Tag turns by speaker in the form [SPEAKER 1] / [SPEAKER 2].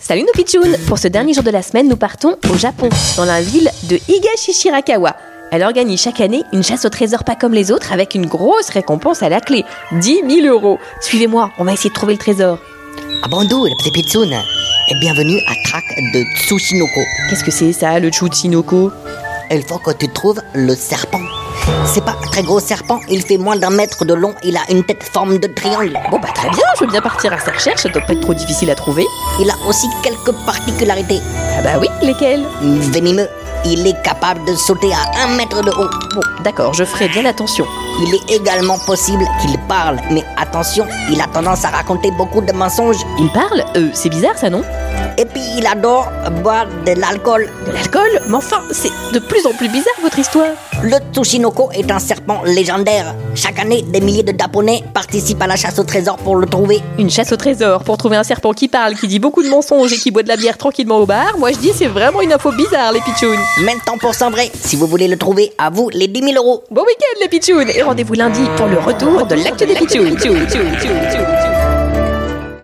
[SPEAKER 1] Salut nos pitchouns Pour ce dernier jour de la semaine, nous partons au Japon, dans la ville de Higashishirakawa. Elle organise chaque année une chasse au trésor pas comme les autres avec une grosse récompense à la clé, 10 000 euros. Suivez-moi, on va essayer de trouver le trésor.
[SPEAKER 2] Abandou, la petite pitsoune, et bienvenue à Track de Tsushinoko.
[SPEAKER 1] Qu'est-ce que c'est ça, le Chuchinoko
[SPEAKER 2] Il faut que tu trouves le serpent. C'est pas un très gros serpent, il fait moins d'un mètre de long, il a une tête forme de triangle.
[SPEAKER 1] Bon bah très bien, je veux bien partir à sa recherche, ça doit pas être trop difficile à trouver.
[SPEAKER 2] Il a aussi quelques particularités.
[SPEAKER 1] Ah bah oui, lesquels
[SPEAKER 2] Venimeux, il est capable de sauter à un mètre de haut.
[SPEAKER 1] Bon, d'accord, je ferai bien attention.
[SPEAKER 2] Il est également possible qu'il parle, mais attention, il a tendance à raconter beaucoup de mensonges.
[SPEAKER 1] Il parle Euh, c'est bizarre ça, non
[SPEAKER 2] Et puis il adore boire de l'alcool.
[SPEAKER 1] De l'alcool Mais enfin, c'est de plus en plus bizarre votre histoire.
[SPEAKER 2] Le Tsushinoko est un serpent légendaire. Chaque année, des milliers de Japonais participent à la chasse au trésor pour le trouver.
[SPEAKER 1] Une chasse au trésor pour trouver un serpent qui parle, qui dit beaucoup de mensonges et qui boit de la bière tranquillement au bar, moi je dis c'est vraiment une info bizarre les pitchouns.
[SPEAKER 2] Même temps pour vrai, si vous voulez le trouver, à vous les 10 000 euros.
[SPEAKER 1] Bon week-end les pitchouns et rendez-vous lundi pour le retour de l'actu des pitchouns.